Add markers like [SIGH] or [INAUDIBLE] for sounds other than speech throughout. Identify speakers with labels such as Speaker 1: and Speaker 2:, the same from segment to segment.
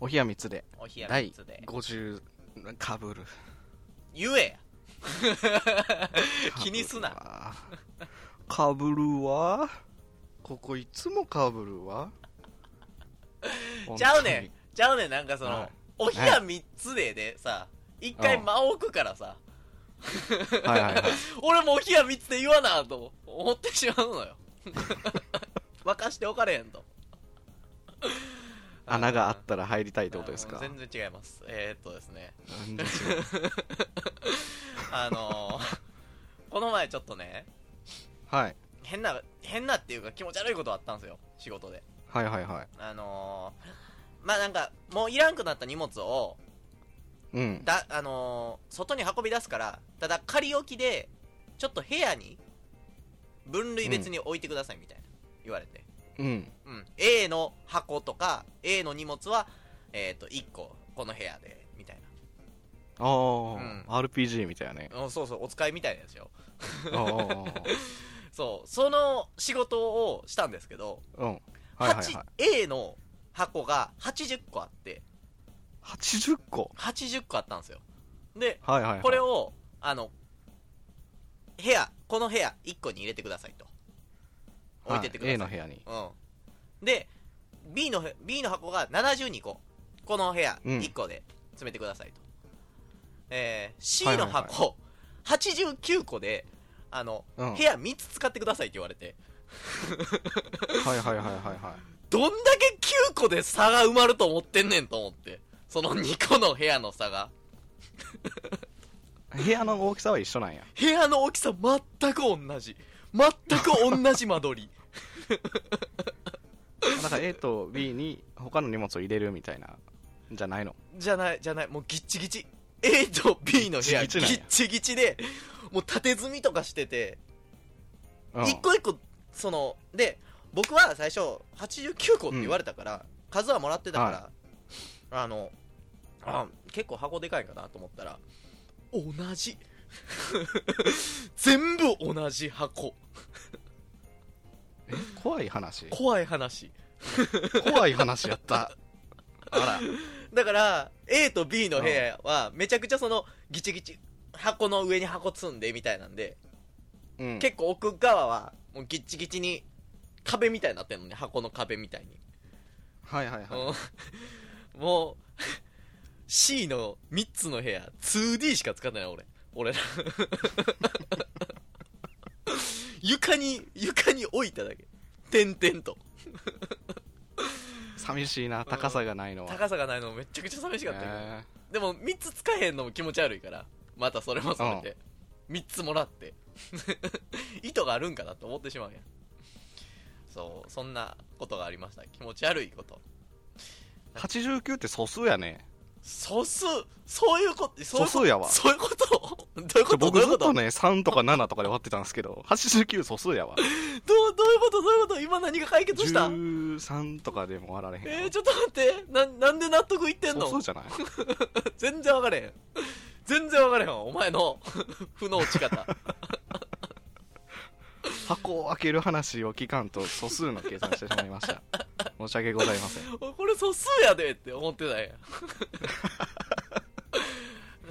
Speaker 1: お冷やつで
Speaker 2: お冷や
Speaker 1: 第
Speaker 2: つで
Speaker 1: 50かぶる
Speaker 2: 言えや [LAUGHS] 気にすな
Speaker 1: かぶるわここいつもかぶるわ
Speaker 2: ちゃうねんちゃうねんなんかその、
Speaker 1: はい
Speaker 2: お冷や3つででさ一回間を置くからさ
Speaker 1: 本当にはいはいはい
Speaker 2: 俺もお冷や3つで言わなと思ってしま
Speaker 1: [LAUGHS]
Speaker 2: うのよ沸かしておかれへんと
Speaker 1: 穴があったら入りたいってことです
Speaker 2: あ
Speaker 1: か
Speaker 2: の全然違いますえー、っとですね
Speaker 1: なんですよ
Speaker 2: あ
Speaker 1: [LAUGHS]
Speaker 2: のーこの前ちょっとね
Speaker 1: はい
Speaker 2: 変な変なっていうか気持ち悪いことあったんですよ仕事で
Speaker 1: はいはいはい
Speaker 2: あのーまあなんかもういらんくなった荷物を
Speaker 1: うん
Speaker 2: だあのー外に運び出すからただ仮置きでちょっと部屋に分類別に置いてくださいみたいな、言われて
Speaker 1: うん
Speaker 2: うん、A の箱とか A の荷物は、えー、と1個この部屋でみたい
Speaker 1: ああ、
Speaker 2: うん
Speaker 1: RPG みたいなね
Speaker 2: なうんそうそうお使いみたいなやつよ
Speaker 1: ああ
Speaker 2: そうその仕事をしたんですけど、 [LAUGHS]
Speaker 1: うんはいはいはい
Speaker 2: 8A の箱が80個あって
Speaker 1: 80個
Speaker 2: 80個あったんですよで
Speaker 1: はいはいはい
Speaker 2: これをあの部屋この部屋1個に入れてくださいと置いてってくださ
Speaker 1: はい A
Speaker 2: い、
Speaker 1: の部屋に
Speaker 2: うん、で B のへ B の箱が72個この部屋
Speaker 1: うん
Speaker 2: 1個で詰めてくださいと、えー、C
Speaker 1: はいは
Speaker 2: の
Speaker 1: いはい
Speaker 2: 箱、89個であの、
Speaker 1: うん
Speaker 2: 部屋3つ使ってくださいって言われて
Speaker 1: はいはいはいはいはい
Speaker 2: どんだけ9個で差が埋まると思ってんねんと思ってその2個の部屋の差が
Speaker 1: 部屋の大きさは一緒なんや。
Speaker 2: 部屋の大きさ全く同じ全く同じ間取り
Speaker 1: なんか A と B に他の荷物を入れるみたいな、じゃないの。
Speaker 2: じゃないじゃないもうギッチギチ A と B の部屋
Speaker 1: ギッチ
Speaker 2: ギ
Speaker 1: ギチなんや
Speaker 2: ッチギチでもう縦積みとかしてて
Speaker 1: うん
Speaker 2: 一個一個そので僕は最初89個って言われたから、数はもらってたから、あのあ結構箱でかいかなと思ったら同じ全部同じ箱
Speaker 1: え怖い話。
Speaker 2: 怖い話
Speaker 1: 怖い話やった。あら。
Speaker 2: だから A と B の部屋はめちゃくちゃそのギチギチ箱の上に箱積んでみたいなんで、
Speaker 1: うん。
Speaker 2: 結構奥側はもうギッチギチに壁みたいになってんのね箱の壁みたいに
Speaker 1: はいはいは
Speaker 2: うん [LAUGHS] もう C の3つの部屋 2D しか使ってない俺俺ら [LAUGHS] 床に床に置いただけ点々と
Speaker 1: い。寂しいな、高さがないのは。
Speaker 2: 高さがないのめっちゃくちゃ寂しかったけど、
Speaker 1: え
Speaker 2: でも3つ使えへんのも気持ち悪いからまたそれもそれで3つもらって [LAUGHS] 意図があるんかなと思ってしまうやんそうそんなことがありました気持ち悪いこと
Speaker 1: ー89って素数やね。
Speaker 2: 素数そういうことそうい
Speaker 1: 素
Speaker 2: うこと
Speaker 1: 数やわ
Speaker 2: そういうことどういう
Speaker 1: ち
Speaker 2: こ
Speaker 1: ょ
Speaker 2: と
Speaker 1: 僕
Speaker 2: どういう
Speaker 1: ず
Speaker 2: こ
Speaker 1: っと
Speaker 2: と、
Speaker 1: ね、3とか7とかで割ってたんですけど、89素数やわ。
Speaker 2: [LAUGHS] どうどういうことどういうこと今何が解決した
Speaker 1: 13とかでも割られへんわ。
Speaker 2: えー、ちょっと待ってななんで納得いってんの
Speaker 1: 素数じゃない
Speaker 2: 全然分かれへん全然分かれへんわお前の [LAUGHS] 負の落ち方
Speaker 1: 箱を開ける話を聞かんと素数の計算してしまいました。申し訳ございません。
Speaker 2: [LAUGHS] これ素数やでって思ってたんや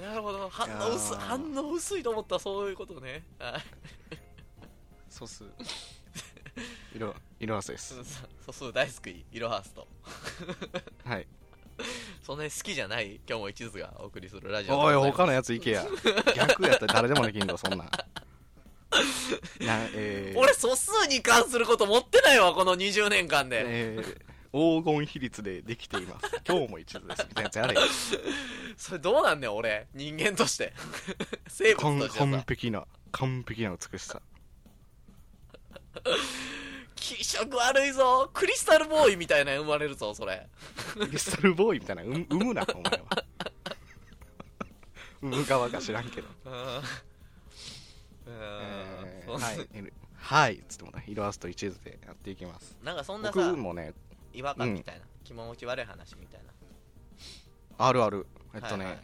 Speaker 2: [LAUGHS] なるほど反応薄い
Speaker 1: いやー
Speaker 2: 反応薄いと思ったらそういうことねはい
Speaker 1: 素数。色、色合わせです。
Speaker 2: [LAUGHS] 素数大好きイロハスと
Speaker 1: はい。
Speaker 2: そんなに好きじゃない今日も一途がお送りするラジオでご
Speaker 1: お
Speaker 2: ざ
Speaker 1: い、
Speaker 2: います
Speaker 1: 他のやつ行けや。逆やったら誰でもできんぞ、そんなん。な、えー、
Speaker 2: 俺素数に関すること持ってないわこの20年間で、
Speaker 1: えー、黄金比率でできています。今日も一途です。みたいなやつや
Speaker 2: [LAUGHS]
Speaker 1: れよ。
Speaker 2: それどうなんねん俺人間として [LAUGHS] 生
Speaker 1: 完
Speaker 2: 物として
Speaker 1: 完
Speaker 2: さ
Speaker 1: 璧な、完璧な美しさ。
Speaker 2: 気色悪いぞクリスタルボーイみたいなの生まれるぞそれ
Speaker 1: クリスタルボーイみたいな、う産むな、お前は。産む側か知らんけど。
Speaker 2: うーんうー
Speaker 1: え
Speaker 2: ん
Speaker 1: ー
Speaker 2: そん
Speaker 1: はい。はい。つってもら色合わせと一途でやっていきます。
Speaker 2: なんかそんな
Speaker 1: 僕
Speaker 2: さ
Speaker 1: もね、
Speaker 2: 違和感みたいな、気持ち悪い話みたいな
Speaker 1: あるある。えっとね、
Speaker 2: はいはい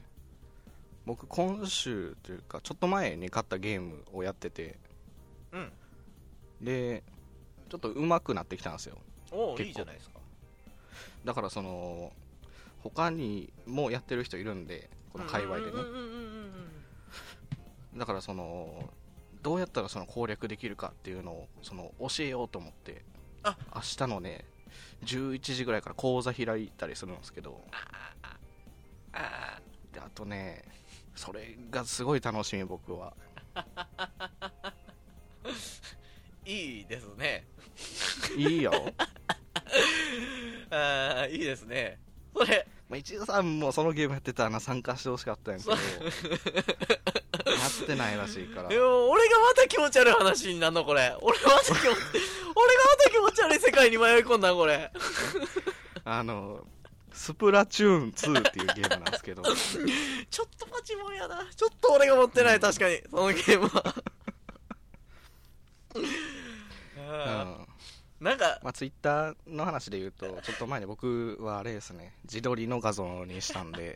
Speaker 1: 僕今週というか、ちょっと前に買ったゲームをやってて、
Speaker 2: うん
Speaker 1: で、ちょっと上手くなってきたんですよ。
Speaker 2: おお
Speaker 1: 結構
Speaker 2: いいじゃないですか
Speaker 1: だからその、他にもやってる人いるんでこの界隈でね
Speaker 2: うんうんうんうんうんうん
Speaker 1: だからそのどうやったらその攻略できるかっていうのをその教えようと思って
Speaker 2: あ
Speaker 1: 明日のね11時ぐらいから講座開いたりするんですけど
Speaker 2: あ
Speaker 1: であとねそれがすごい楽しみ僕は
Speaker 2: ーいいですね [LAUGHS]
Speaker 1: いいよ
Speaker 2: あーいいですねそれ
Speaker 1: まあ一度さんもそのゲームやってたらな参加してほしかったんやけどやってないらしいから
Speaker 2: でも俺がまた気持ち悪い話になるのこれ俺また気
Speaker 1: [LAUGHS]
Speaker 2: 持ち俺がまた気持ち悪い世界に迷い込んだこれ
Speaker 1: あのスプラチューン2っていうゲームなんですけど
Speaker 2: ちょっとパチモンやなちょっと俺が持ってない確
Speaker 1: [LAUGHS]
Speaker 2: かにそのゲームは
Speaker 1: うん
Speaker 2: [LAUGHS] あ
Speaker 1: ま
Speaker 2: ーなんか
Speaker 1: あツイッターの話で言うとちょっと前に僕はあれですね自撮りの画像にしたんで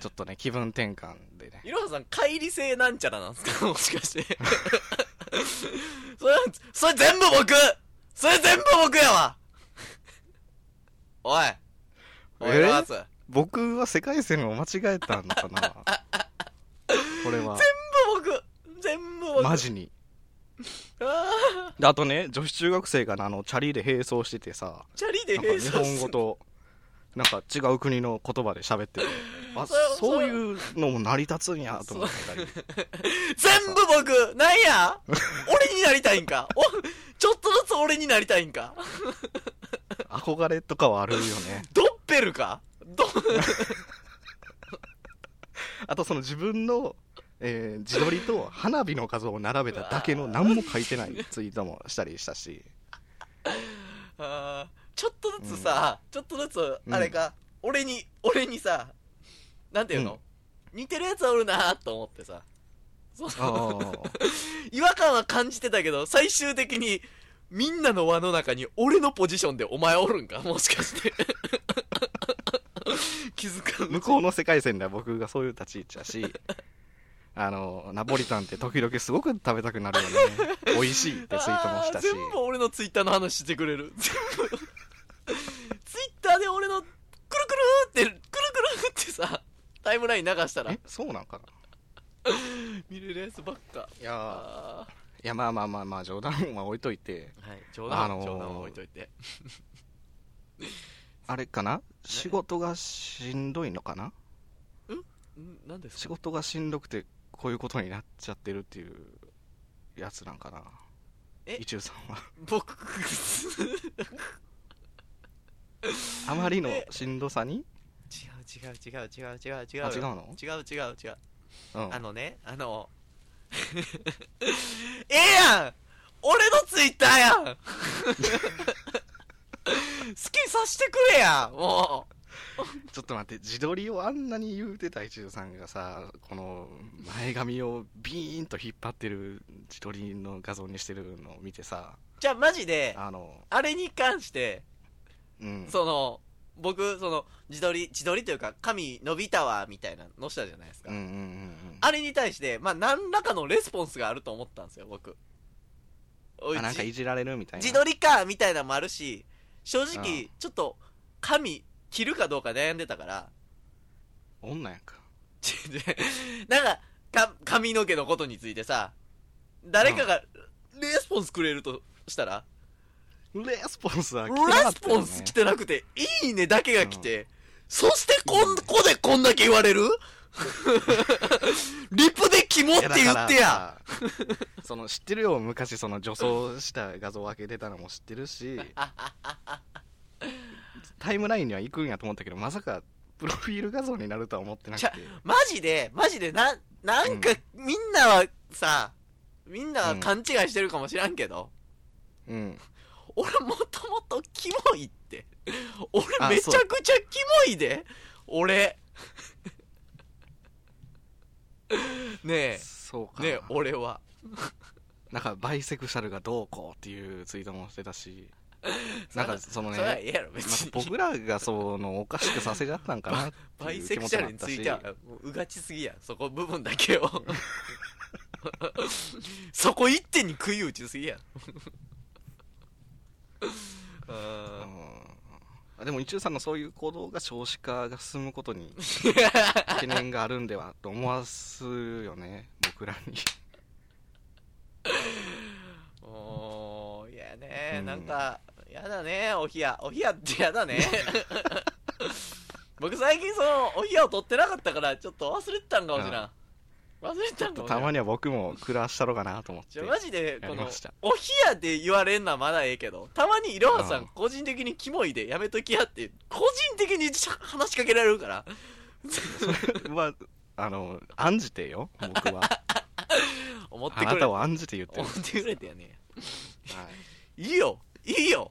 Speaker 1: ちょっとね気分転換でね
Speaker 2: いろはさん、乖離性なんちゃらなんですか [LAUGHS] もしかして。それ、それ全部僕それ全部僕やわおい。おい、
Speaker 1: え
Speaker 2: ロハス。全部
Speaker 1: 僕は世界線を間違えたのかなこれは
Speaker 2: 僕全部僕
Speaker 1: マジに
Speaker 2: あー
Speaker 1: であとね女子中学生がなあのチャリで並走しててさ
Speaker 2: チャリで
Speaker 1: なん
Speaker 2: 並
Speaker 1: か
Speaker 2: 走
Speaker 1: 日
Speaker 2: する
Speaker 1: 本語となんか違う国の言葉で喋
Speaker 2: [LAUGHS]
Speaker 1: っててあ
Speaker 2: それ
Speaker 1: そういうのも成り立つんやと思ったり
Speaker 2: 全部僕なんや俺になりたいんかおちょっとずつ俺になりたいんか
Speaker 1: 憧れとかはあるよね
Speaker 2: ドッペルかド
Speaker 1: あとその自分の、えー自撮りと花火の画像を並べただけの何も書いてないツイートもしたりしたし
Speaker 2: あーちょっとずつさ、ちょっとずつあれか、俺に俺にさなんていうの、似てるやつおるなと思ってさそう
Speaker 1: あ
Speaker 2: [LAUGHS] 違和感は感じてたけど最終的にみんなの輪の中に俺のポジションでお前おるんかもしかして
Speaker 1: [LAUGHS]
Speaker 2: 気づかん
Speaker 1: 向こうの世界線では僕がそういう立ち位置だしあのナポリタンって時々すごく食べたくなるよね美味しいってツイートもしたし
Speaker 2: あー全部俺のツイッターの話してくれる全部ツイッターで俺のくるくるーってくるくるーってさタイムライン流したら
Speaker 1: えそうなんかな
Speaker 2: 見れるやつばっか
Speaker 1: いや
Speaker 2: あ
Speaker 1: ーいやまあまあまあまあ冗談は置いといて
Speaker 2: ーはい冗談、
Speaker 1: あのー
Speaker 2: 冗談は置いといて
Speaker 1: あれかな仕事がしんどいのかなん
Speaker 2: 何です
Speaker 1: 仕
Speaker 2: か
Speaker 1: 事がしんどくてこういうことになっちゃってるっていうやつなんかな
Speaker 2: え
Speaker 1: 一中さんは
Speaker 2: [LAUGHS] 僕
Speaker 1: あまりのしんどさに
Speaker 2: 違う違う違う違う違う違う
Speaker 1: あ違うの
Speaker 2: 違う違う違う
Speaker 1: うん
Speaker 2: あのねあの [LAUGHS] ええやん俺のツイッターやん [LAUGHS] 好きさしてくれやんも
Speaker 1: ちょっと待って自撮りをあんなに言うてた一中さんがさこの前髪をビーンと引っ張ってる自撮りの画像にしてるのを見てさ
Speaker 2: うじゃあマジで
Speaker 1: あの
Speaker 2: あれに関して
Speaker 1: うん
Speaker 2: その僕その自撮り自撮りというか髪伸びたわみたいなのしたじゃないですか、
Speaker 1: うんうんうんうん
Speaker 2: あれに対してまあ何らかのレスポンスがあると思ったんですよ僕おい
Speaker 1: あなんか
Speaker 2: じ
Speaker 1: いじられるみたいな
Speaker 2: 自撮りかみたいなのもあるし正
Speaker 1: う
Speaker 2: 直ちょっと髪切るかどうか悩んでたから [LAUGHS]
Speaker 1: 女やんか
Speaker 2: ちょちょなんかか髪の毛のことについてさ誰かがレスポンスくれるとしたら、
Speaker 1: レスポンスは来てなかったよ
Speaker 2: レ
Speaker 1: ね
Speaker 2: スポンス来てなくて「いいね」だけが来て、そしてこ
Speaker 1: うん
Speaker 2: んこでこんだけ言われる [LAUGHS] リプで「キモ」って
Speaker 1: い
Speaker 2: 言
Speaker 1: だから
Speaker 2: ってや [LAUGHS]
Speaker 1: その知ってるよ昔その女装した画像を開けてたのも知ってるしタイムラインには行くんやと思ったけどまさかプロフィール画像になるとは思ってなくて
Speaker 2: マジでマジでななんかみんなはさみんなは勘違いしてるかもしらんけど、
Speaker 1: うん
Speaker 2: 俺もともとキモいって俺
Speaker 1: あ
Speaker 2: めちゃくちゃキモいで俺ね
Speaker 1: そう
Speaker 2: え
Speaker 1: か
Speaker 2: ねえ俺は
Speaker 1: なんかバイセクシャルがどうこうっていうツイートもしてた
Speaker 2: [LAUGHS]
Speaker 1: しなんかその
Speaker 2: それは
Speaker 1: ね
Speaker 2: ええやろ
Speaker 1: ま
Speaker 2: 別
Speaker 1: あ
Speaker 2: に、
Speaker 1: 僕らがそのおかしくさせちゃったんかなって
Speaker 2: バイ
Speaker 1: いう
Speaker 2: セ
Speaker 1: 気
Speaker 2: ク
Speaker 1: 持
Speaker 2: シ
Speaker 1: ち
Speaker 2: ャ
Speaker 1: もあ
Speaker 2: ル
Speaker 1: っ
Speaker 2: に
Speaker 1: た
Speaker 2: つ
Speaker 1: し
Speaker 2: いてはもううがちすぎやそこ部分だけ
Speaker 1: [LAUGHS]
Speaker 2: をそこ一点に食い打ちすぎやう
Speaker 1: うんんでも一応さんのそういう行動が少子化が進むこと
Speaker 2: [LAUGHS]
Speaker 1: に懸念があるんではと思わすよね僕らに
Speaker 2: おーいやね、
Speaker 1: うん
Speaker 2: なんかやだねお冷やお冷やってやだね [LAUGHS] 僕最近そのお冷やを取ってなかったからちょっと忘れてたんかもしれん
Speaker 1: あ
Speaker 2: 忘れてたんかもしれん
Speaker 1: たまには僕も暮らしたろかなと思っ
Speaker 2: じ
Speaker 1: て
Speaker 2: ゃあマジで
Speaker 1: や
Speaker 2: こ
Speaker 1: り
Speaker 2: の
Speaker 1: ました
Speaker 2: お冷やで言われんのはまだええけどたまにいろはさ
Speaker 1: うん
Speaker 2: ん個人的にキモいでやめときやって個人的にしゃ話しかけられるから
Speaker 1: はあの案じてよ僕
Speaker 2: [LAUGHS]
Speaker 1: は
Speaker 2: 思って
Speaker 1: あ
Speaker 2: く
Speaker 1: な
Speaker 2: れ
Speaker 1: たを案じて言ってる
Speaker 2: 思ってくれてやね
Speaker 1: はい
Speaker 2: いよいいよ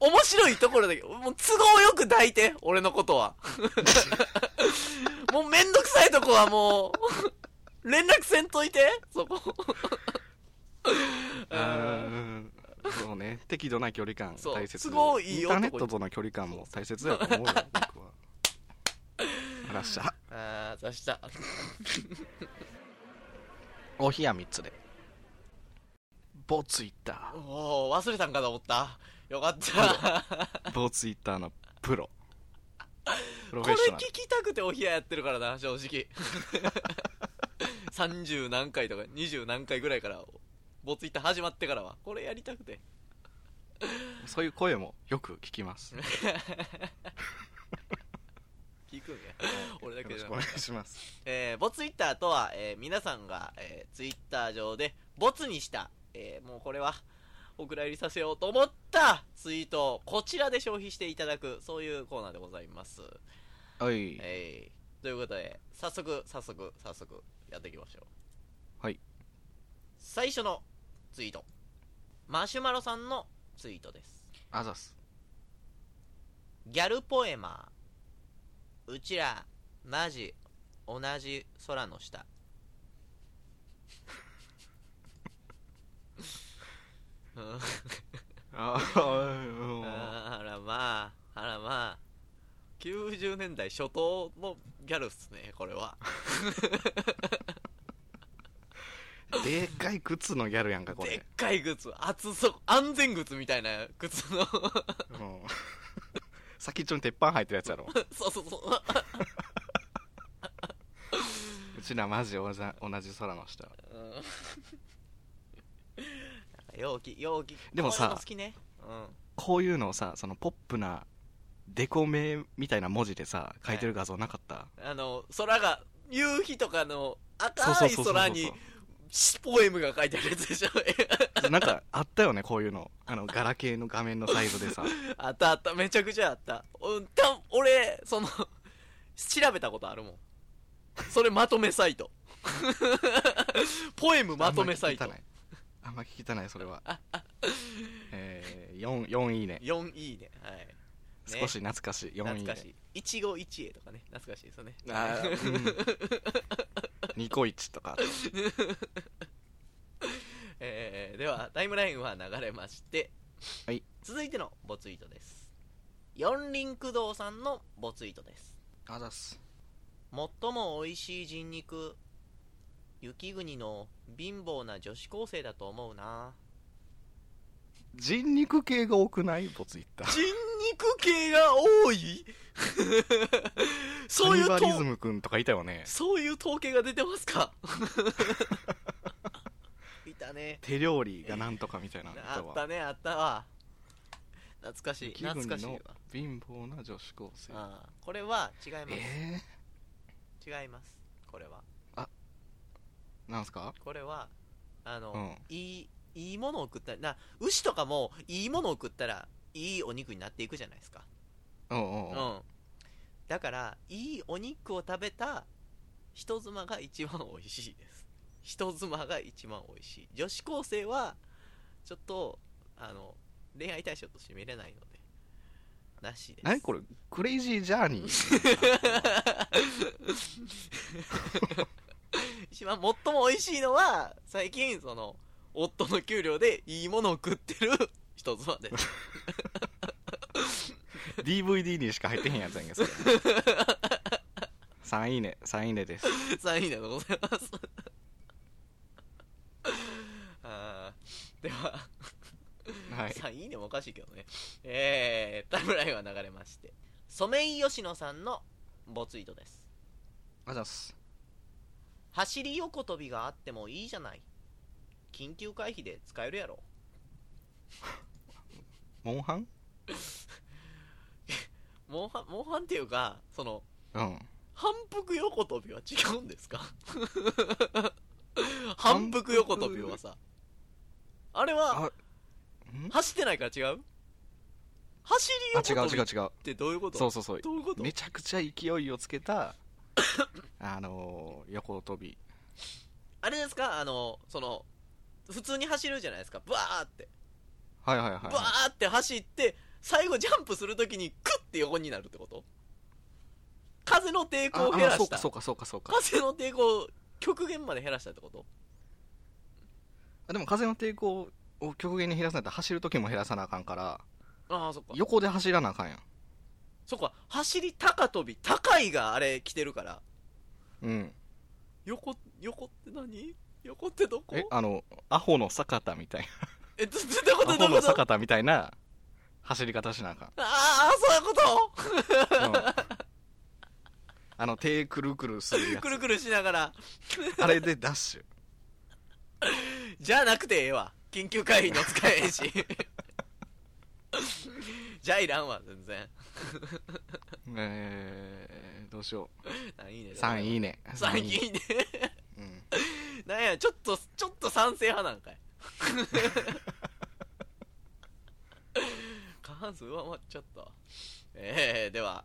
Speaker 2: 面白いところだけもう都合よく抱いて俺のことはもうめんどくさいとこはもう連絡せんといてそこ
Speaker 1: いうんそうね適度な距離感
Speaker 2: そう
Speaker 1: 大切
Speaker 2: 都合いい
Speaker 1: イン
Speaker 2: 男
Speaker 1: ターネットとの距離感も大切だと思
Speaker 2: [LAUGHS]
Speaker 1: うよ僕はあらっしゃ
Speaker 2: ああ出した
Speaker 1: お冷や3つで某ツイッタ
Speaker 2: おお忘れたんかと思ったよかった
Speaker 1: ー某ツイッターのプロプロ
Speaker 2: こ
Speaker 1: フェッ
Speaker 2: れ
Speaker 1: ショナル
Speaker 2: 聞きたくてお冷ややってるからな正 [LAUGHS] 直30何回とか20何回ぐらいからボツイッター始まってからはこれやりたくて
Speaker 1: そういう声もよく聞きます
Speaker 2: 聞くんや [LAUGHS] 俺だ
Speaker 1: よ
Speaker 2: け
Speaker 1: ろ
Speaker 2: じ
Speaker 1: し
Speaker 2: ゃ
Speaker 1: く
Speaker 2: な
Speaker 1: お願いし
Speaker 2: [LAUGHS]
Speaker 1: ます
Speaker 2: えーボツイッターとは、えー皆さんが、えーツイッター上でボツにした、えーもうこれはお蔵入りさせようと思ったツイートをこちらで消費していただくそういうコーナーでございます、
Speaker 1: はい
Speaker 2: えーということで早速早速早速やっていきましょう
Speaker 1: はい
Speaker 2: 最初のツイートマシュマロさんのツイートです
Speaker 1: あざっす
Speaker 2: ギャルポエマーうちらマジ同じ空の下うん
Speaker 1: ああ
Speaker 2: あらまああらまあ90年代初頭のギャルっすねこれは
Speaker 1: でかい靴のギャルやんかこ
Speaker 2: でっ
Speaker 1: れ
Speaker 2: かい靴厚そう安全靴みたいな靴の [LAUGHS]
Speaker 1: うん先っちょに鉄板入ってるやつやろ
Speaker 2: そうそうそう
Speaker 1: うちらマジ同じ同じ空の下
Speaker 2: うんなんか陽気陽気
Speaker 1: でもさ
Speaker 2: こういうの好きねうん
Speaker 1: こういうのをさそのポップなデコ名みたいな文字でさ書いてる画像なかった、
Speaker 2: あの空が夕日とかの
Speaker 1: そう
Speaker 2: 赤
Speaker 1: そう
Speaker 2: い
Speaker 1: そうそうそう
Speaker 2: 空にしポエムが書いてあるやつでしょ
Speaker 1: なんかあったよねこういうのあのガラケーの画面のサイズでさ
Speaker 2: [LAUGHS] あったあっためちゃくちゃあったうんた俺その調べたことあるもんそれまとめサイト [LAUGHS] ポエムまとめサイト
Speaker 1: あんま聞きたないあんま聞きたないそれはえー、4, 4いいね
Speaker 2: 4いいねはいね
Speaker 1: 少し懐かしい4いい
Speaker 2: 懐
Speaker 1: ね
Speaker 2: かしい一期一会とかね懐かしいですよね
Speaker 1: あー
Speaker 2: [LAUGHS]
Speaker 1: うん、ニコイチとか
Speaker 2: えーではタイムラインは流れまして、
Speaker 1: はい
Speaker 2: 続いてのボツイートです四輪駆動さんのボツイートです
Speaker 1: あざっす
Speaker 2: 最も美味しい人肉雪国の貧乏な女子高生だと思うな
Speaker 1: 人肉系が多くないボツイッター
Speaker 2: 人肉系が多い [LAUGHS] そういう
Speaker 1: カ
Speaker 2: と
Speaker 1: ニバリズムくんとかいたよね
Speaker 2: そういう統計が出てますか [LAUGHS] いたね
Speaker 1: 手料理がなんとかみたいなの
Speaker 2: あ
Speaker 1: 人
Speaker 2: っ
Speaker 1: は
Speaker 2: たねあったわ懐かしい
Speaker 1: 雪国の
Speaker 2: 懐かしいわ
Speaker 1: 貧乏な女子高生
Speaker 2: ああこれは違います、
Speaker 1: え
Speaker 2: 違いますこれは
Speaker 1: ー、なんすか
Speaker 2: これはあの、
Speaker 1: うん
Speaker 2: いいいいものを食ったらな牛とかもいいものを食ったらいいお肉になっていくじゃないですか
Speaker 1: うんうん
Speaker 2: う、
Speaker 1: うんん
Speaker 2: だからいいお肉を食べた人妻が一番美味しいです人妻が一番美味しい女子高生はちょっとあの恋愛対象として見れないのでなしです
Speaker 1: 何これクレイジージャーニー
Speaker 2: 一番最も美味しいのは最近その夫の給料でいいものを食ってる [LAUGHS] 人妻
Speaker 1: [LAUGHS]
Speaker 2: です
Speaker 1: DVD にしか入ってへんやつやんけそれ3いいね3いいねです
Speaker 2: 3位でございます [LAUGHS] あーでは
Speaker 1: はい
Speaker 2: さあいいねもおかしいけどねえー、タイムラインは流れましてソメイヨシノさんのボツイートです
Speaker 1: あざっす
Speaker 2: 走り横跳びがあってもいいじゃない緊急回避で使えるやろ
Speaker 1: モンハン
Speaker 2: モンハンモンハンっていうかその
Speaker 1: うん
Speaker 2: 反復横跳びは違うんですか [LAUGHS] 反復横跳びはさあれは
Speaker 1: あん
Speaker 2: 走ってないから違う走
Speaker 1: あ
Speaker 2: り
Speaker 1: 違
Speaker 2: 横
Speaker 1: う違
Speaker 2: 跳び
Speaker 1: う
Speaker 2: っ
Speaker 1: 違う
Speaker 2: てどういうこと
Speaker 1: そうそうそう
Speaker 2: どういうこと
Speaker 1: めちゃくちゃ勢いをつけたあのー横跳び
Speaker 2: あれですかあのその普通に走るじゃないですかバーって
Speaker 1: はいはいはい
Speaker 2: バ
Speaker 1: はい
Speaker 2: ーって走って最後ジャンプするときにクッて横になるってこと風の抵抗を減
Speaker 1: あ
Speaker 2: ら
Speaker 1: あそう
Speaker 2: し
Speaker 1: か
Speaker 2: た
Speaker 1: そうかそうかそうか
Speaker 2: 風の抵抗を極限まで減らしたってこと
Speaker 1: あでも風の抵抗を極限に減らさないと走る時も減らさなあかんから
Speaker 2: ああそっか
Speaker 1: 横で走らなあかんやん
Speaker 2: そっか走り高跳び高いがあれ来てるから
Speaker 1: うん
Speaker 2: 横横って何横ってどこ
Speaker 1: えあのアホの坂田みたいな
Speaker 2: えずずどういうこ
Speaker 1: ア
Speaker 2: とど
Speaker 1: ホの
Speaker 2: ういうこと
Speaker 1: 坂田みたいな走り方しなあかん
Speaker 2: ああそういうこ
Speaker 1: うんあの手くるくるするや
Speaker 2: とくる
Speaker 1: つ
Speaker 2: くるしながら
Speaker 1: あれでダッシュ
Speaker 2: じゃなくてええわ緊急会議の使えへんし [LAUGHS] じゃあいらんわ全然
Speaker 1: えー、どうしよ
Speaker 2: あいいね
Speaker 1: う3いい
Speaker 2: ね
Speaker 1: ね
Speaker 2: 3
Speaker 1: いいね
Speaker 2: いいね
Speaker 1: うん
Speaker 2: なんやちょっとちょっと賛成派なんかい [LAUGHS] 過半数上回っちゃったわえー、では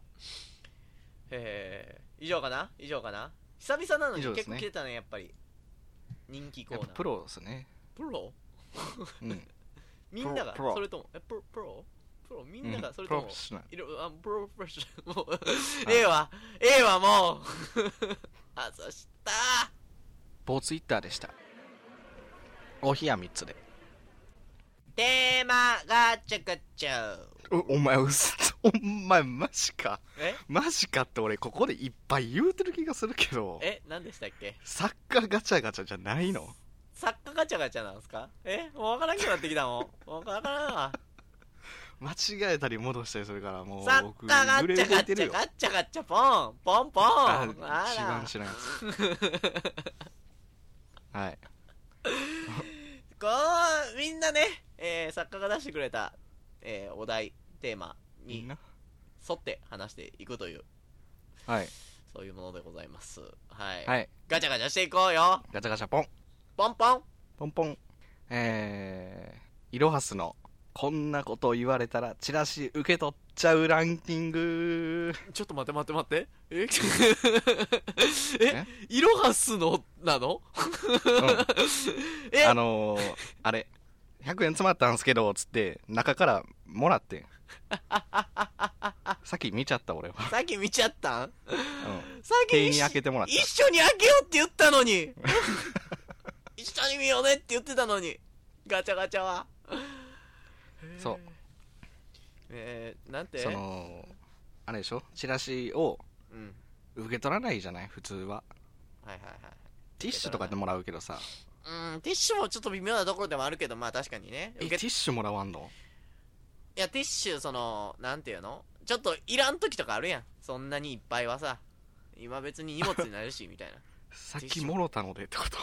Speaker 2: えー、以上かな以上かな久々なのに
Speaker 1: 以上で
Speaker 2: 結
Speaker 1: す
Speaker 2: 構
Speaker 1: ね
Speaker 2: 来てたねやっぱり人気コ
Speaker 1: や
Speaker 2: ー
Speaker 1: っぱ
Speaker 2: ナー
Speaker 1: プロですね
Speaker 2: プロ
Speaker 1: うん
Speaker 2: みんなが
Speaker 1: プロ
Speaker 2: それともえプロプロプロみんな
Speaker 1: う
Speaker 2: が
Speaker 1: ん
Speaker 2: それ
Speaker 1: プ
Speaker 2: と
Speaker 1: ロ
Speaker 2: も、
Speaker 1: フェッショナル
Speaker 2: いろあプロフェッショナルもうええわええわもう [LAUGHS] あそした
Speaker 1: 某ツイッターでしたお冷や3つで
Speaker 2: テーマガチャガチャ
Speaker 1: おお前うすお前マジか
Speaker 2: え
Speaker 1: マジかって俺ここでいっぱい言うてる気がするけど
Speaker 2: え何でしたっけ
Speaker 1: サッカーガチャガチャじゃないの
Speaker 2: 作家ガチャガチャなんですかえもう分からんくなってきたもんもう分からんわ
Speaker 1: 間違えたり戻したりするからもう
Speaker 2: サッ
Speaker 1: 僕
Speaker 2: カー
Speaker 1: 揺
Speaker 2: ガ
Speaker 1: れ
Speaker 2: チャ
Speaker 1: 動
Speaker 2: ガ
Speaker 1: いて
Speaker 2: チ
Speaker 1: る
Speaker 2: ャ
Speaker 1: よ
Speaker 2: ガチャガチャポンポンポンあ
Speaker 1: 一番
Speaker 2: ら
Speaker 1: 知らんやつはい
Speaker 2: こうみんなね、えー、作家が出してくれた、えーお題テーマ
Speaker 1: み
Speaker 2: に
Speaker 1: んな
Speaker 2: 沿って話していくという
Speaker 1: はい
Speaker 2: そういうものでございますはい、
Speaker 1: はい
Speaker 2: ガチャガチャしていこうよ
Speaker 1: ガチャガチャポン
Speaker 2: ポンポン
Speaker 1: ポンポンえー、イロハスのこんなこと言われたらチラシ受け取っちゃうランキング
Speaker 2: ちょっと待って待って待って [LAUGHS] ええイロハスのなの
Speaker 1: [LAUGHS] うん
Speaker 2: え
Speaker 1: あのー、あれ、100円詰まったんすけど、つって、中からもら [LAUGHS] ってん。さっき見ちゃった、俺は。
Speaker 2: さっき見ちゃったん
Speaker 1: うん。
Speaker 2: さっき
Speaker 1: 店員に開けてもらった
Speaker 2: 一緒に開けようって言ったの [LAUGHS] に一緒に見ようねって言ってたのにガチャガチャは
Speaker 1: そう
Speaker 2: えー、なんて
Speaker 1: その、あれでしょチラシを
Speaker 2: うん
Speaker 1: 受け取らないじゃない普通は。
Speaker 2: はいはい
Speaker 1: ティッシュとかでもらうけどさ。
Speaker 2: はいうんティッシュもちょっと微妙なところでもあるけどまあ確かにね
Speaker 1: え、
Speaker 2: 受
Speaker 1: ティ
Speaker 2: け
Speaker 1: ッシュもらわんの
Speaker 2: いやティッシュそのなんていうのちょっといらん時とかあるやんそんなにいっぱいはさ今別に荷物になるしみたいな
Speaker 1: さっ
Speaker 2: ティッシ
Speaker 1: き
Speaker 2: ュ
Speaker 1: もろたのでって
Speaker 2: [LAUGHS]
Speaker 1: こと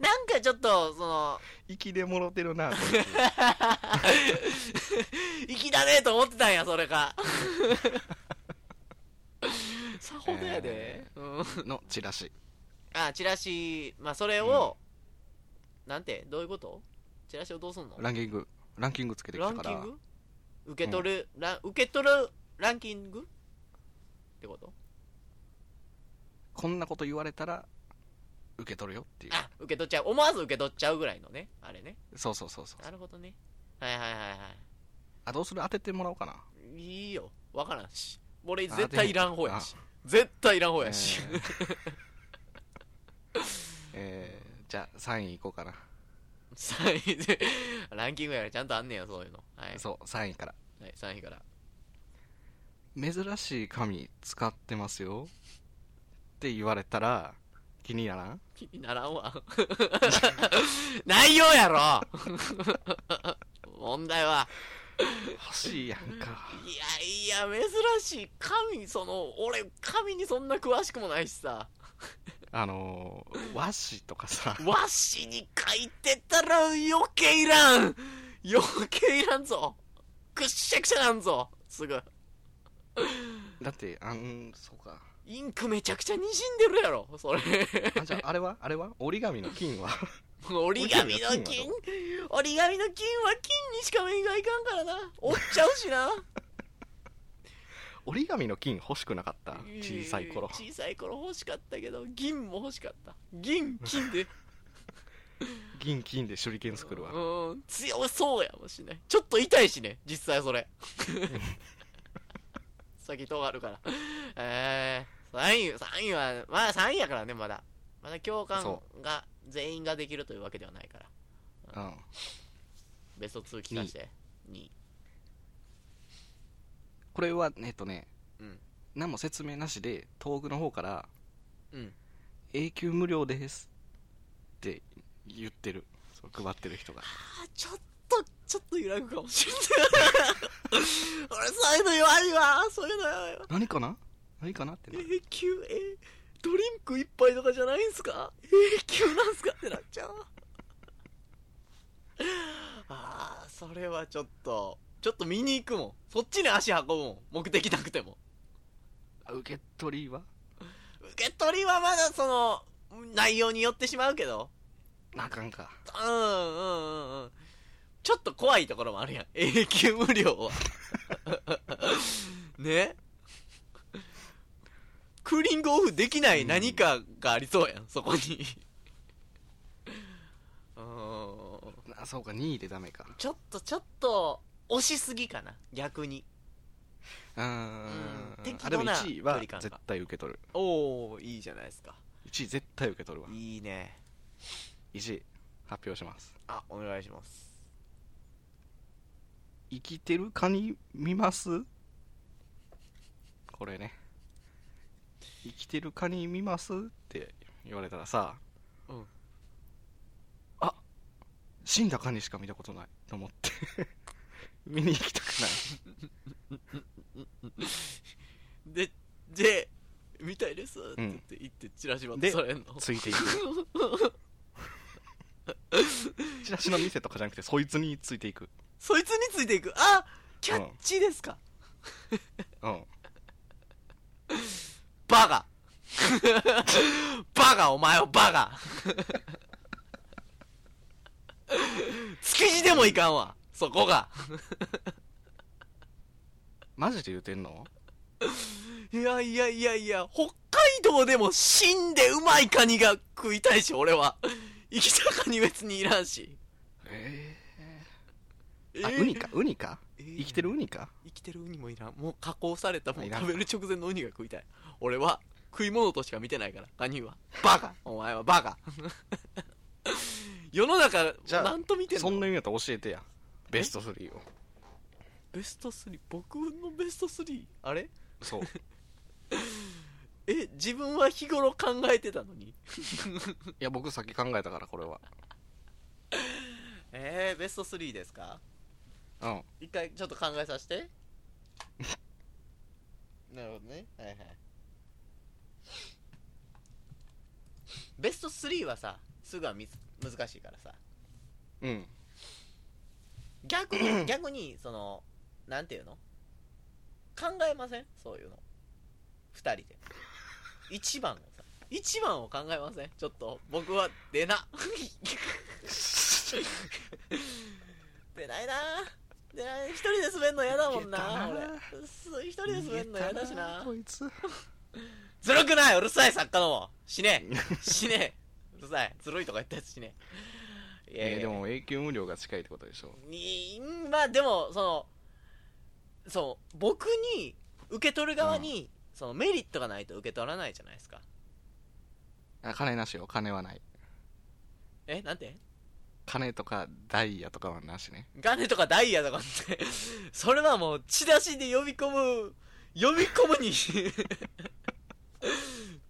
Speaker 2: なんかちょっとその
Speaker 1: 息でもろてるな、こいつ
Speaker 2: 粋だねと思ってたんやそれかさほどやで、
Speaker 1: え
Speaker 2: うん
Speaker 1: のチラ
Speaker 2: [LAUGHS]
Speaker 1: シ。
Speaker 2: あチラシまあそれを、なんてどういうことチラシをどうすんの
Speaker 1: ランキング、ランキングつけてき
Speaker 2: ラ
Speaker 1: た
Speaker 2: ン
Speaker 1: か
Speaker 2: キ
Speaker 1: ら
Speaker 2: ン。グ受け取る、ラン受け取るランキングってこと
Speaker 1: こんなこと言われたら、受け取るよっていう。
Speaker 2: あ受け取っちゃう思わず受け取っちゃうぐらいのねあれね
Speaker 1: そうそうそうそう。
Speaker 2: なるほどねはいはいはいは
Speaker 1: あ、どうする当ててもらおうかな。
Speaker 2: いいいよわからんし俺
Speaker 1: あ
Speaker 2: 絶対いらん方やし絶対いらん方やし、 [LAUGHS]
Speaker 1: えーえーじゃあ3位いこうかな、
Speaker 2: 3位でランキングやからちゃんとあんねやそういうのはい
Speaker 1: そう3位から
Speaker 2: はい、3位から。
Speaker 1: 珍しい紙使ってますよって言われたら気にならん
Speaker 2: 気にならんわ [LAUGHS] 内容やろ [LAUGHS] 問題は
Speaker 1: 欲しいやんか
Speaker 2: いやいや珍しい神その俺神にそんな詳しくもないしさ
Speaker 1: あのー和紙とかさ [LAUGHS]
Speaker 2: 和紙に書いてたら余計いらん余計いらんぞくっしゃくしゃなんぞすぐ
Speaker 1: だってあんそうか
Speaker 2: インクめちゃくちゃにじんでるやろそれ
Speaker 1: あじゃああれはあれは折り紙の金は [LAUGHS]
Speaker 2: 折り紙の金折り紙の金は金にしか目がいかんからな折っちゃうしな
Speaker 1: 折り紙の金欲しくなかった [LAUGHS] 小さい頃
Speaker 2: 小さい頃欲しかったけど銀も欲しかった銀金で
Speaker 1: 銀金で手裏剣作るわ
Speaker 2: うん強そうやもしねちょっと痛いしね実際それ [LAUGHS] 先とあるからえー、3位3位はまあ3位やからねまだまだ教官
Speaker 1: そ
Speaker 2: が全員ができるというわけではないから
Speaker 1: うん
Speaker 2: ベスト2聞かして2位
Speaker 1: これはえっとね、
Speaker 2: うん
Speaker 1: 何も説明なしで東北の方から
Speaker 2: うん
Speaker 1: 「永久無料です」って言ってるそう配ってる人が
Speaker 2: あちょっとちょっと揺らぐかもしれない [LAUGHS] 俺そういうの弱いわそういうの弱いわ
Speaker 1: 何かな何かなってなる
Speaker 2: 永久えドリンク一杯とかじゃないんすか永久なんすかってなっちゃう [LAUGHS] ああそれはちょっとちょっと見に行くもんそっちに足運ぶもん目的なくても
Speaker 1: あ受け取りは
Speaker 2: 受け取りはまだその内容によってしまうけど
Speaker 1: なあかんか
Speaker 2: うんうんうんうんちょっと怖いところもあるやん [LAUGHS] 永久無料は [LAUGHS] ねクーリングオフできない何かがありそうやん、そこに [LAUGHS] うん
Speaker 1: あそうか2位でダメか
Speaker 2: ちょっとちょっと押しすぎかな逆に
Speaker 1: うー
Speaker 2: うん
Speaker 1: ん
Speaker 2: 適
Speaker 1: あで
Speaker 2: 度
Speaker 1: も
Speaker 2: な
Speaker 1: 1位は
Speaker 2: 距離感が
Speaker 1: 絶対受け取る
Speaker 2: おおいいじゃないですか
Speaker 1: 1位絶対受け取るわ
Speaker 2: いいね
Speaker 1: 1位発表します
Speaker 2: あお願いします
Speaker 1: 生きてるカニ見ますこれね生きてるカニ見ますって言われたらさ、
Speaker 2: うん
Speaker 1: あ死んだカニしか見たことないと思って [LAUGHS] 見に行きたくない
Speaker 2: でで見たいですって言って行ってチラシ持って
Speaker 1: で
Speaker 2: それんの
Speaker 1: ついてい
Speaker 2: [LAUGHS]
Speaker 1: くチラシの店とかじゃなくてそいつについていく
Speaker 2: そいつについていくあキャッチーですか、
Speaker 1: うん
Speaker 2: バカバカお前はバカ築地でもいかんわそこが
Speaker 1: マジで言うてんの
Speaker 2: いやいやいやいや北海道でも死んでうまいカニが食いたいし俺は生きたカニ別にいらんし
Speaker 1: え
Speaker 2: え
Speaker 1: えあ
Speaker 2: ー
Speaker 1: ウニかウニか
Speaker 2: えー
Speaker 1: 生きてるウニか
Speaker 2: 生きてるウニもいらんもう加工されたもん
Speaker 1: いらん
Speaker 2: 食べる直前のウニが食いたい俺は食い物としか見てないからカニはバカお前は [LAUGHS] バカ世の中
Speaker 1: じゃあ
Speaker 2: なんと見てん
Speaker 1: そ
Speaker 2: の
Speaker 1: んな意味だったら教えてやベスト3を
Speaker 2: ベスト3僕のベスト3あれ
Speaker 1: [LAUGHS] そう
Speaker 2: え自分は日頃考えてたのに
Speaker 1: いや僕先考えたからこれは
Speaker 2: えー、ベスト3ですか
Speaker 1: うん
Speaker 2: 一回ちょっと考えさせ [LAUGHS] てなるほどねはいはいベスト3はさすぐはみつ難しいからさ
Speaker 1: うん
Speaker 2: 逆に逆にそのなんていうの考えませんそういうの2人で1番をさ1番を考えませんちょっと僕は出な [LAUGHS] 出ないな出ない一人で滑んの嫌だもん
Speaker 1: いけた
Speaker 2: な
Speaker 1: な
Speaker 2: 俺す一人で滑んの嫌だしな
Speaker 1: こいつ
Speaker 2: ずるくないうるさい作家ども死ね死ねうるさいずるいとか言ったやつ死ねい
Speaker 1: えでも永久無料が近いってことでしょ
Speaker 2: にまあでもそのそう僕に受け取る側に、そのメリットがないと受け取らないじゃないですか
Speaker 1: あ金なしよ金はない
Speaker 2: えなんて
Speaker 1: 金とかダイヤとかはなしね
Speaker 2: ガネとかダイヤとかって [LAUGHS] それはもうチラシで呼び込む [LAUGHS] 呼び込むに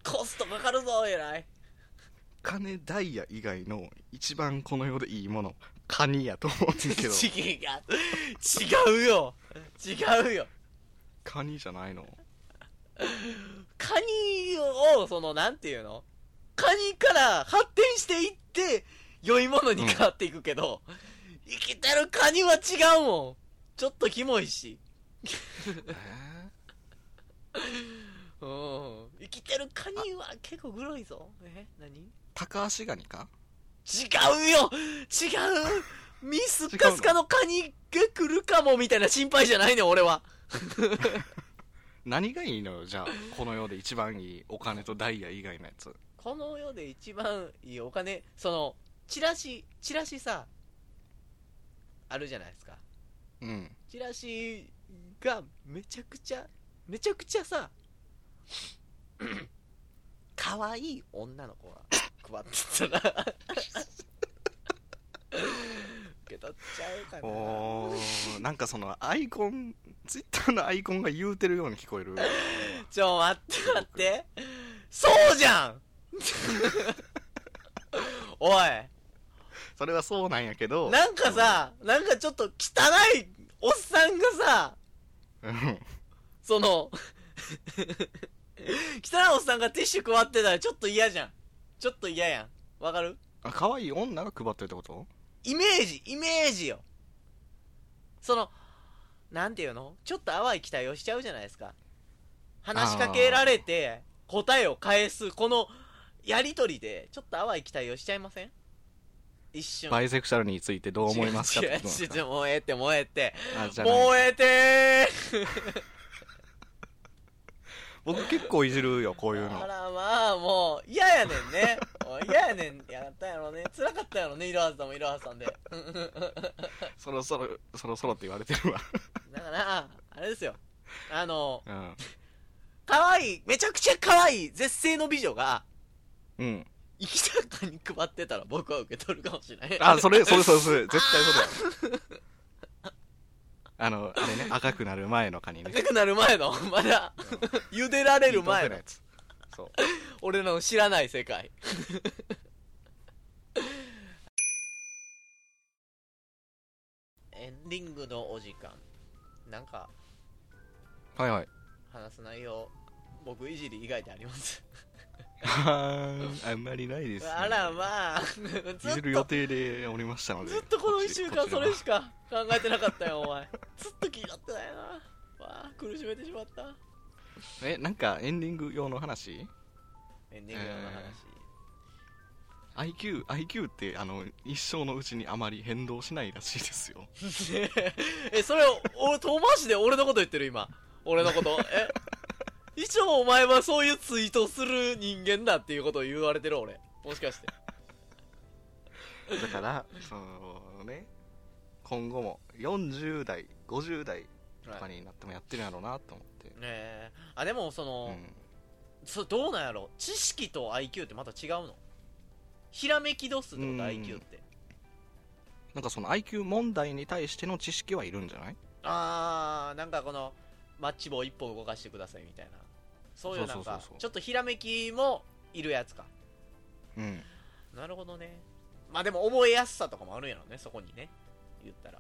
Speaker 2: コストかかるぞ偉い
Speaker 1: 金ダイヤ以外の一番この世でいいものカニやと思うん [LAUGHS] ですけど
Speaker 2: 違う違うよ違うよ
Speaker 1: カニじゃないの
Speaker 2: カニをそのなんていうのカニから発展していって良いものに変わっていくけど、生きてるカニは違うもんちょっとキモいし
Speaker 1: えー
Speaker 2: うん生きてるカニは結構グロいぞえ何
Speaker 1: タカアシガニか
Speaker 2: 違うよ違うミスカスカのカニが来るかもみたいな心配じゃないの俺は
Speaker 1: 何がいいのよじゃあこの世で一番いいお金とダイヤ以外のやつ
Speaker 2: この世で一番いいお金そのチラシチラシさあるじゃないですか
Speaker 1: うん
Speaker 2: チラシがめちゃくちゃめちゃくちゃさ [CLEARS THROAT] 可愛い女の子が [COUGHS] 配ってたら受け取っちゃうかな
Speaker 1: おーなんかそのアイコンツイッターのアイコンが言うてるように聞こえる
Speaker 2: ちょ待って待ってそうじゃん [LAUGHS] おい
Speaker 1: それはそうなんやけど
Speaker 2: なんかさ、なんかちょっと汚いおっさんがさ、
Speaker 1: うん
Speaker 2: その、 [LAUGHS] 汚いおっさんがティッシュ配ってたらちょっと嫌じゃん。ちょっと嫌やん。わかる
Speaker 1: あ可愛い女が配ってるってこと
Speaker 2: イメージ、イメージよ。その、なんていうのちょっと淡い期待をしちゃうじゃないですか。話しかけられて、答えを返す、この、やりとりで、ちょっと淡い期待をしちゃいません一瞬。
Speaker 1: バイセクシャルについてどう思いますか
Speaker 2: 違う
Speaker 1: ってことなん
Speaker 2: 違
Speaker 1: です
Speaker 2: う違
Speaker 1: か
Speaker 2: う、もうええって、もうええって。
Speaker 1: あじゃあ
Speaker 2: 燃えて
Speaker 1: 僕結構いじるよこういう
Speaker 2: ーあ
Speaker 1: の
Speaker 2: らまあもう嫌やねんねおい嫌やねんやったんやろね辛かったやろねいろはさんもいろはさんで [LAUGHS]
Speaker 1: そろそろそろそろって言われて
Speaker 2: [LAUGHS]
Speaker 1: るわ
Speaker 2: だからあれですよあの
Speaker 1: うん
Speaker 2: 可愛いめちゃくちゃ可愛い絶世の美女が
Speaker 1: うん
Speaker 2: 生きたかに配ってたら僕は受け取るかもしれない
Speaker 1: あそれそれそれそれ絶対それ
Speaker 2: [LAUGHS]
Speaker 1: やあのあれね赤くなる前のカニね
Speaker 2: 赤くなる前のまだ茹でられる前
Speaker 1: の
Speaker 2: の
Speaker 1: やつそう
Speaker 2: 俺の知らない世界 [LAUGHS] エンディングのお時間なんか
Speaker 1: はいはい
Speaker 2: 話す内容僕いじり以外であります
Speaker 1: あんまりないです、ね、
Speaker 2: あらまあず
Speaker 1: いじる
Speaker 2: っ
Speaker 1: 予
Speaker 2: と
Speaker 1: 定でおりましたので
Speaker 2: ずっとこの1
Speaker 1: ち
Speaker 2: 週間それ
Speaker 1: こち
Speaker 2: しか考えてなかったよお前ずっと気になってないなわあ苦しめてしまった
Speaker 1: らえなんかエンディング用の話
Speaker 2: エンディングの
Speaker 1: IQ,
Speaker 2: 話、
Speaker 1: IQ ってあの一生のうちにあまり変動しないらしいですよ
Speaker 2: えそれ俺遠回しで俺のこと言ってる今俺のことえ一応お前はそういうツイートする人間だっていうことを言われてる俺もしかして
Speaker 1: [LAUGHS] だからそのね今後も40代50代とか
Speaker 2: はいね
Speaker 1: になってもやってるんやろうなと思って、
Speaker 2: えあでもその、
Speaker 1: うん
Speaker 2: そどうなんやろ知識と IQ ってまた違うのひらめき度数ってこと
Speaker 1: うん
Speaker 2: IQ って
Speaker 1: なんかその IQ 問題に対しての知識はいるんじゃない
Speaker 2: あーなんかこのマッチ棒一本動かしてくださいみたいなそういうなん
Speaker 1: そうそう
Speaker 2: か
Speaker 1: そうそう
Speaker 2: ちょっとひらめきもいるやつか
Speaker 1: うん
Speaker 2: なるほどねまあでも覚えやすさとかもあるんやろねそこにね言ったら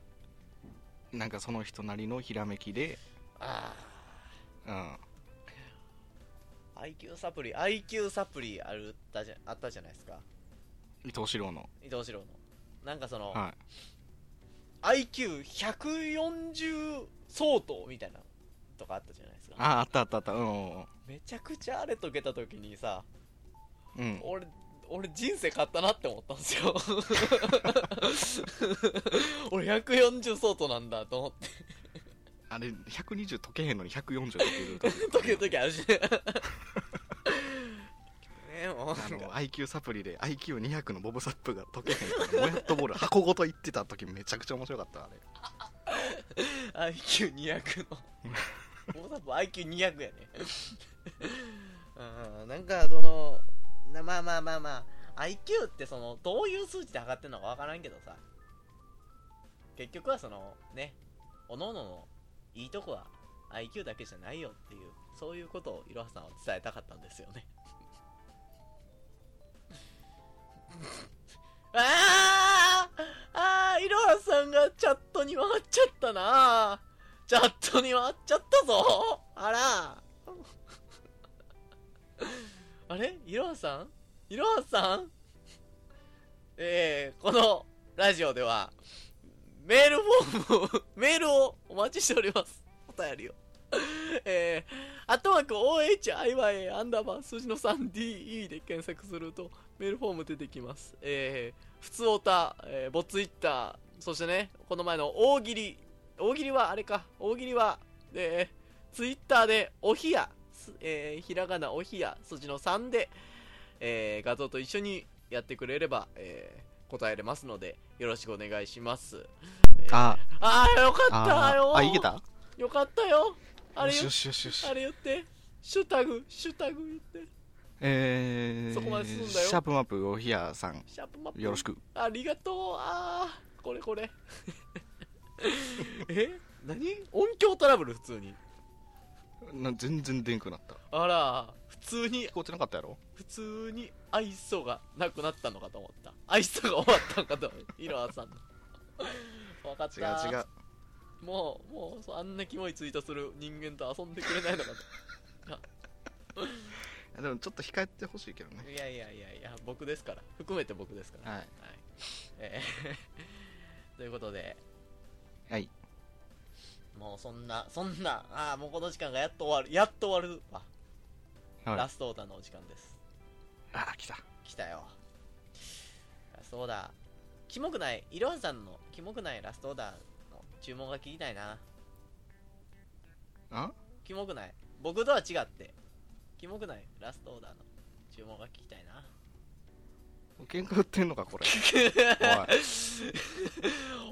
Speaker 1: なんかその人なりのひらめきで、
Speaker 2: あ
Speaker 1: うん、
Speaker 2: あ IQ サプリ IQ サプリあるったじゃあったじゃないですか
Speaker 1: 伊藤四郎の、
Speaker 2: 伊藤四郎のなんかその、
Speaker 1: は
Speaker 2: IQ140 相当みたいなのとかあったじゃないです
Speaker 1: い、
Speaker 2: か
Speaker 1: ああったあったあったうんうん
Speaker 2: めちゃくちゃあれ解けた時にさ
Speaker 1: うん
Speaker 2: 俺俺人生買ったなって思ったんです [LAUGHS] よ俺140相当なんだと思って
Speaker 1: あれ120解けへんのに140解けると [LAUGHS] いう
Speaker 2: 解ける時あるし [LAUGHS] ねねもう
Speaker 1: あ
Speaker 2: なんか
Speaker 1: の IQ サプリで IQ200 のボブサップが解けへんからもやっとボール箱ごと行ってた時めちゃくちゃ面白かったあれ
Speaker 2: IQ200 の僕多分 IQ200 やねうんなんかそのなまあまあまあまあ IQ ってそのどういう数値で測ってるのかわからんけどさ結局はそのねおのののいいとこは IQ だけじゃないよっていうそういうことをいろはさんは伝えたかったんですよねあーあーいろはさんがチャットに回っちゃったなチャットに回っちゃったぞあらあれいろはさんいろはさんえー、このラジオでは、メールフォームを、 [LAUGHS] メールをお待ちしております。お便りを。えー、アットマーク OHIYA アンダーバー数字の 3DE で検索するとメールフォーム出てきます。えー、普通オタ、えー、ボツイッター、そしてね、この前の大喜利、大喜利はあれか、大喜利は、えー、ツイッターでおひや、すえー、ひらがなおひや、数字の3で、えー、画像と一緒にやってくれれば、えー、答えれますので、よろしくお願いします。えー
Speaker 1: あ
Speaker 2: あー、よかった
Speaker 1: あ
Speaker 2: よ
Speaker 1: ーあいけた
Speaker 2: よかったよあれ
Speaker 1: よしよ
Speaker 2: よ
Speaker 1: しよしよし
Speaker 2: あれ言ってシュタグシュタグ言って
Speaker 1: えー、
Speaker 2: そこまで進んだよ
Speaker 1: シャープマップおひやさん
Speaker 2: シャープマップ
Speaker 1: よろしく
Speaker 2: ありがとうあーこれこれ [LAUGHS] え何音響トラブル普通に
Speaker 1: な全然でんくなった
Speaker 2: あら普通に
Speaker 1: 聞こえてなかったやろ
Speaker 2: 普通に愛想がなくなったのかと思った愛想が終わったのかと思ったいろはさん [LAUGHS] の分かっ
Speaker 1: 違
Speaker 2: た
Speaker 1: う違う
Speaker 2: もう、もうそう、あんなキモいツイートする人間と遊んでくれないのか
Speaker 1: でもちょっと控えてほしいけどね
Speaker 2: [LAUGHS] と。いやいやいやいや、僕ですから。含めて僕ですから。
Speaker 1: はい
Speaker 2: はい。えー [LAUGHS] ということで、
Speaker 1: はい
Speaker 2: もうそんな、そんな、ああ、もうこの時間がやっと終わる、やっと終わるわ。
Speaker 1: はい
Speaker 2: ラストオーダーのお時間です。
Speaker 1: あ来た
Speaker 2: 来たよ。ラストオーダー。キモくない、いろはさんのキモくないラストオーダーの注文が聞きたいな。
Speaker 1: あ
Speaker 2: キモくない。僕とは違って。キモくない、ラストオーダーの注文が聞きたいな。
Speaker 1: 喧嘩売ってんのか [LAUGHS] これ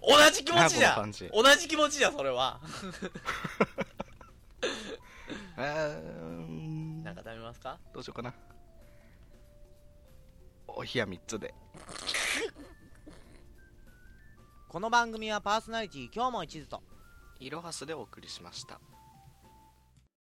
Speaker 1: お [LAUGHS] い
Speaker 2: 同じ気持ちじ
Speaker 1: あこの感
Speaker 2: ゃ
Speaker 1: じ
Speaker 2: 同じ気持ちじゃそれは
Speaker 1: えー
Speaker 2: なんか食べますか
Speaker 1: どうしようかなおひや3つで
Speaker 3: この番組はパーソナリティ今日も一途と
Speaker 1: いろはすでお送りしました